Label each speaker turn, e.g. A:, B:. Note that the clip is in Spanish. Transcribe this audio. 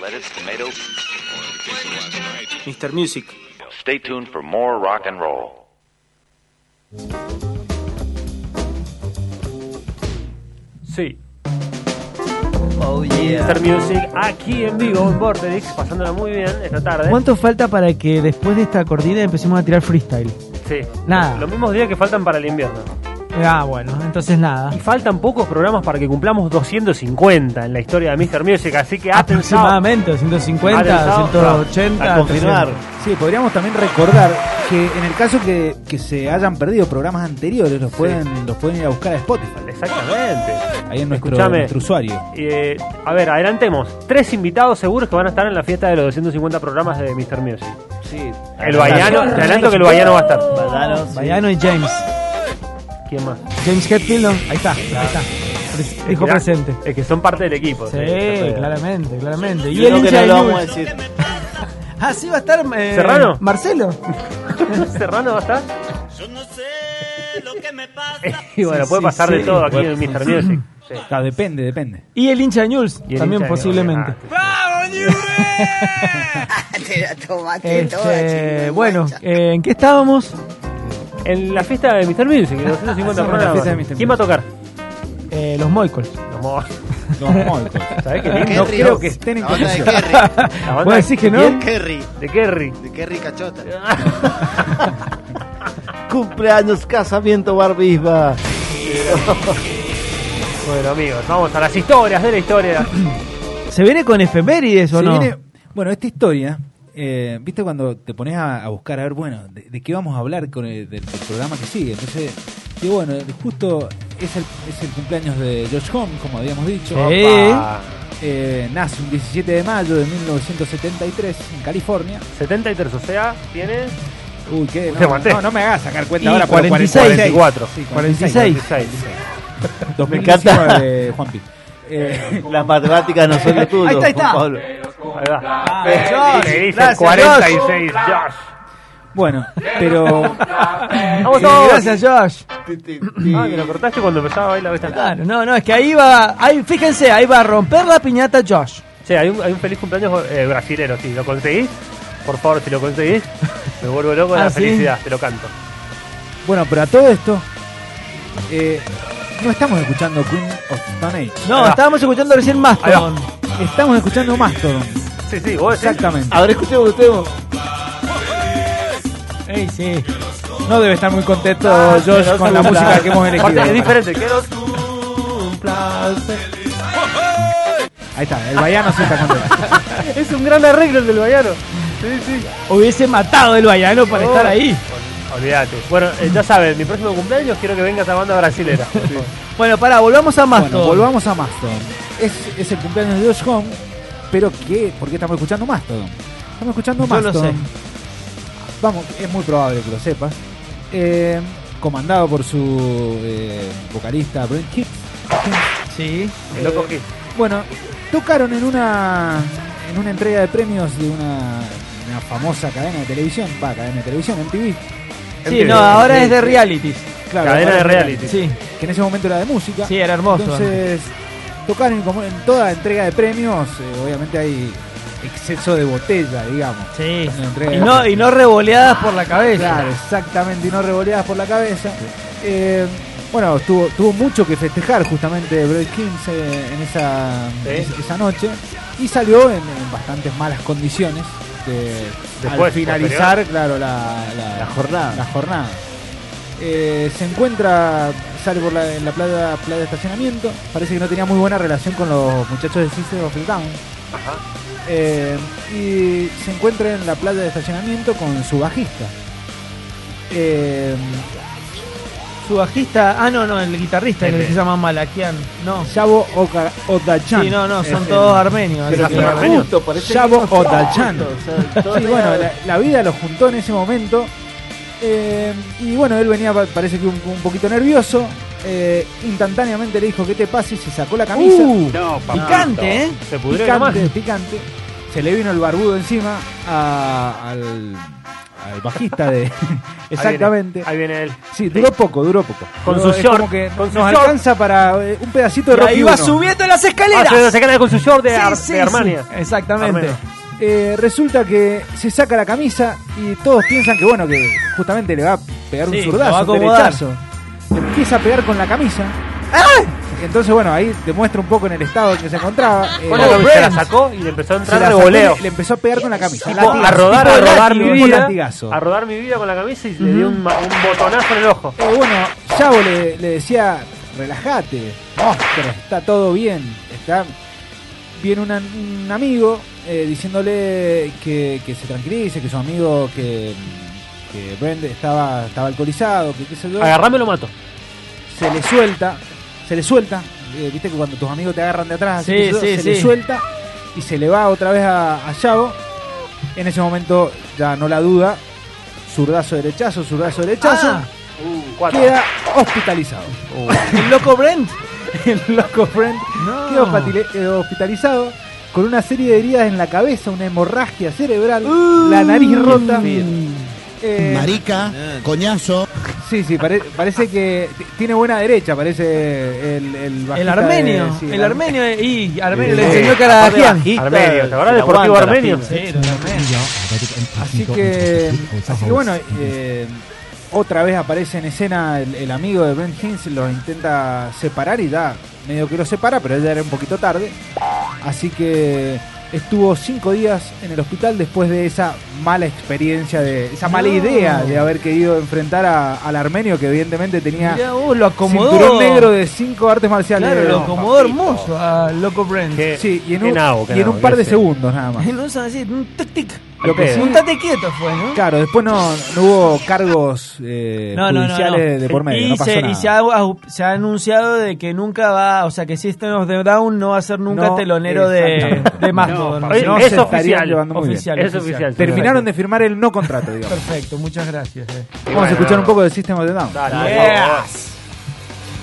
A: lettuce, tomato.
B: Mr. Music.
A: Stay tuned for more rock and roll.
C: Sí.
D: Oh, yeah.
C: Mr. Music aquí en vivo en Vortex, pasándola muy bien esta tarde.
D: ¿Cuánto falta para que después de esta cortina empecemos a tirar freestyle?
C: Sí.
D: Nada.
C: Los mismos días que faltan para el invierno.
D: Ah, bueno, entonces nada.
C: Y faltan pocos programas para que cumplamos 250 en la historia de Mr. Music, así que atención.
D: Aproximadamente, 250,
C: Atentado.
D: 180.
E: A confirmar.
D: 300.
E: Sí, podríamos también recordar que en el caso que, que se hayan perdido programas anteriores, los pueden, los pueden ir a buscar a Spotify.
C: Exactamente.
E: Ahí en nuestro,
C: Escuchame.
E: nuestro usuario.
C: Eh, a ver, adelantemos. Tres invitados seguros que van a estar en la fiesta de los 250 programas de Mr. Music.
E: Sí.
C: El Bayano, te adelanto que el Bayano va a estar.
D: Bayano y James.
C: ¿Quién más?
D: James Hetfield, ¿no? ahí está, ahí está. Pres- Dijo
C: Mirá,
D: presente.
C: Es que son parte del equipo.
D: Sí,
C: ya sabes.
D: claramente, claramente.
F: Y uno que
D: hincha
F: no
D: de
F: lo
D: Newell's.
F: vamos a decir.
D: Así va a estar. eh,
C: ¿Serrano?
D: Marcelo.
C: Serrano va a estar.
G: Yo no sé lo que me pasa.
C: Y bueno,
D: Sí,
C: puede
D: sí,
C: pasar de
D: sí.
C: todo aquí
E: Bueno,
C: en Mr. Music. Sí.
E: Claro, depende, depende.
D: Y el hincha de News,
C: Y el
D: también
C: hincha de-
D: posiblemente.
C: Ah,
H: Te la tomaste toda,
D: Este,
H: chingada.
D: bueno, eh, ¿en qué estábamos?
C: En la fiesta de Mr. Music, de 250
E: Hacemos la
C: programas.
E: fiesta de Mr.
C: ¿Quién va a tocar?
D: Eh, los Moicos.
C: Los Mo-
E: Los molcos.
C: ¿Sabés qué lindo?
E: No
F: Kerry.
E: creo que estén en
F: La banda de
E: condiciones.
F: Kerry.
C: La banda
D: ¿Vos decís que no?
F: Bien, Kerry.
C: De Kerry.
F: De Kerry Cachota. Cumpleaños, casamiento, barbisba.
C: Bueno, amigos, vamos a las historias de la historia.
D: ¿Se viene con efemérides o
E: Se
D: no?
E: viene- bueno, esta historia, eh, viste cuando te pones a, a buscar, a ver, bueno, de, de qué vamos a hablar con el, del, del programa que sigue. Entonces, y bueno, justo es el, es el cumpleaños de George Holmes, como habíamos dicho.
D: Sí.
C: Ah,
E: Eh, nace un 17 de mayo de 1973 en California.
C: 73, o sea, tienes
E: Uy, qué.
C: Te
E: No,
C: maté.
E: no, no me hagas sacar cuenta
D: Y
E: ahora, pero
D: 46.
C: 44.
E: Sí,
D: 46.
E: 2019,
F: Me encanta.
E: eh, Juanpi. Eh,
F: Las matemáticas no son lo tuyo,
D: Ahí está, ahí
F: Juan
D: está.
F: Pablo.
C: Ahí va.
D: Eh, Josh,
C: Le dice
D: gracias,
C: 46, Josh.
E: bueno, pero.
C: Vamos
D: Josh.
C: todos.
D: Gracias, Josh.
C: Ah, que lo cortaste cuando empezaba a bailar esta
D: Claro, no, no, es que ahí va, ahí, fíjense, ahí va a romper la piñata Josh.
C: Che, hay un, hay un feliz cumpleaños eh, brasilero, si lo conseguís, por favor, si lo conseguís, me vuelvo loco de
D: Ah,
C: la
D: ¿sí?
C: felicidad, te lo canto.
E: Bueno, pero a todo esto, eh, no estamos escuchando Queen of Stone Age.
D: No,
C: Ahí va.
D: estábamos escuchando recién Mastodon.
E: Estamos escuchando Mastodon.
C: Sí, sí, vos decís.
E: Exactamente.
F: Ahora escuchemos un tema.
D: Ey, sí.
E: No debe estar muy contento
C: Ah,
E: Josh
C: pero
E: con la
C: seguro.
E: música que hemos
C: Aparte, es
E: elegido.
C: diferente, que los
E: Ahí está, el baiano sí está contento.
C: Es un gran arreglo el del Bayano. Sí, sí.
D: Hubiese matado el Bayano para
C: Oh.
D: estar ahí.
C: Olvídate. Bueno, eh, ya saben, mi próximo cumpleaños quiero que venga esa banda brasilera.
D: Bueno, pará, volvamos a Mastodon.
E: Bueno, volvamos a Mastodon. Es, es el cumpleaños de Josh Home, pero ¿qué? ¿por qué estamos escuchando Mastodon? Estamos escuchando
D: Yo lo
E: Mastodon.
D: sé.
E: Vamos, es muy probable que lo sepas. Eh, comandado por su eh, vocalista Brent Hicks.
D: Sí.
C: El loco que
E: Bueno, tocaron en una en una entrega de premios de una, una famosa cadena de televisión, va, cadena de televisión, MTV.
D: Sí, no, ahora es de realities.
E: Claro,
C: cadena de
E: ahora-
C: reality.
D: Sí,
E: Que en ese momento era de música.
D: sí, era hermoso.
E: Entonces, tocaron como en toda entrega de premios, eh, obviamente hay exceso de botella, digamos.
D: sí.
E: en la entrega
D: Y
E: de
D: no,
E: premios.
D: y no revoleadas por la cabeza.
E: Claro, exactamente, y no revoleadas por la cabeza. Eh, bueno, tuvo, tuvo mucho que festejar justamente Brad Kings eh, en esa,
C: Sí.
E: es- esa noche y salió en, en bastantes malas condiciones de,
C: Después,
E: al finalizar, claro, la, la-
F: La jornada.
E: la jornada. Eh, se encuentra, sale por la, en la playa, playa de estacionamiento. Parece que no tenía muy buena relación con los muchachos de System of a Down. Eh, y se encuentra en la playa de estacionamiento con su bajista. Eh,
D: Su bajista, ah, no, no, el guitarrista, el que se llama Malakian. No.
E: Yabo Oka- Odachan. Este,
D: Sí, no, no, son
E: Es
D: todos armenios.
E: Pero
D: así
C: que-
D: Este. que-
C: Armenio.
F: Justo, parece
E: Yabo
F: que no-
E: Odachan.
F: Justo, o sea,
E: el- Sí, bueno, la, la vida los juntó en ese momento. Eh, y bueno, él venía, pa- parece que un, un poquito nervioso. Eh, instantáneamente le dijo: ¿Qué te pasa? Y se sacó la camisa.
D: Uh,
C: No,
D: picante, ¿eh?
C: Se pudrió nomás.
E: picante, picante. Se le vino el barbudo encima a- al, al bajista de. Exactamente.
C: Ahí viene él.
E: Sí, duró poco, duró poco.
C: Con
E: Duró-
C: su
E: es
C: short,
E: como que
C: con su
E: nos
C: short.
E: alcanza para eh, un pedacito de
D: Y
E: Rocky
D: ahí va
E: uno.
D: subiendo las
C: Ah, se
D: escaleras.
C: saca con su short de,
D: Sí,
C: Ar-
D: sí,
C: de Armania.
D: sí, Exactamente.
C: Armenia.
E: Eh, resulta que se saca la camisa y todos piensan que bueno, que justamente le va a pegar
D: Sí,
E: un
D: lo va a
E: zurdazo, un
D: acomodar.
E: derechazo. Le empieza a pegar con la camisa. Y entonces, bueno, ahí demuestra un poco en el estado en que se encontraba. Eh,
C: Con la camisa la
E: se
C: sacó y le empezó a
E: la
C: entrar
E: sacó y
C: revoleo.
E: Le empezó a pegar con la camisa.
C: Tipo, a
E: Latigazo,
C: rodar,
E: tipo
C: a rodar
E: látigo,
C: mi
E: tipo
C: vida.
E: latigazo.
C: A rodar mi vida con la camisa y le dio un, ma- un botonazo en el ojo.
E: Eh, bueno, Chavo le, le decía, relájate, monstruo, está todo bien. Está Viene una- un amigo eh, diciéndole que, que se tranquilice, que su amigo que, que Brent estaba, estaba alcoholizado, que qué sé yo.
C: Agarrame lo mato.
E: Se le suelta, se le suelta. eh, Viste que cuando tus amigos te agarran de atrás, así,
D: Sí,
E: qué sé yo,
D: sí,
E: se
D: sí.
E: le suelta y se le va otra vez a, a Chavo. En ese momento ya no la duda. Zurdazo derechazo, zurdazo derechazo.
D: Ah.
C: Cuatro.
E: Queda hospitalizado.
D: El loco Brent.
E: el loco Friend
D: No.
E: quedó hospitali- eh, hospitalizado con una serie de heridas en la cabeza, una hemorragia cerebral, la nariz rota. Eh,
B: Marica, coñazo.
E: sí, sí, pare- parece que t- tiene buena derecha, parece el El, bajista
D: El
E: de- ah.
D: armenio.
E: sí,
D: El armenio. eh, Y Armenio eh.
C: Sí.
D: le enseñó
F: Aparte
D: cara
F: bajista,
C: Armenio, ¿te acordás
F: se
C: del Deportivo
F: aguanta la
C: Armenio?
F: pinza.
D: Sí, los armenios.
E: Así que, así que bueno, eh, otra vez aparece en escena el, el amigo de Brent Hinz, lo intenta separar y da medio que lo separa, pero ya era un poquito tarde. Así que estuvo cinco días en el hospital después de esa mala experiencia, de esa mala
D: No.
E: idea de haber querido enfrentar a- al armenio que evidentemente tenía
D: Mirá vos, lo acomodó.
E: cinturón negro de cinco artes marciales.
D: Claro, lo
E: No,
D: acomodó hermoso a loco Brent.
C: Qué-
E: Sí, y en
C: qué
E: un,
C: nabo, qué
E: y en
C: nabo,
E: un par
C: qué
E: de
C: sé.
E: segundos nada más.
D: No sabe así, un tic tic.
E: Lo que sí-
D: Un tate quieto fue, ¿no?
E: Claro, después no, no hubo cargos eh, judiciales de por medio,
D: y
E: no pasó
D: se,
E: nada.
D: Y se ha, au- se ha anunciado de que nunca va, o sea, que System of the Down no va a ser nunca
E: No,
D: telonero de,
E: exactamente.
D: de Mastodon.
C: No,
D: No,
C: oye,
D: no
C: es
D: se-
E: estarían
C: oficial,
E: llevando muy bien.
D: oficial,
C: Es oficial.
E: Terminaron de firmar el no contrato, digamos.
D: Perfecto, muchas gracias. eh.
E: Vamos a escuchar un poco de System of the Down.
C: Dale,
D: Yes.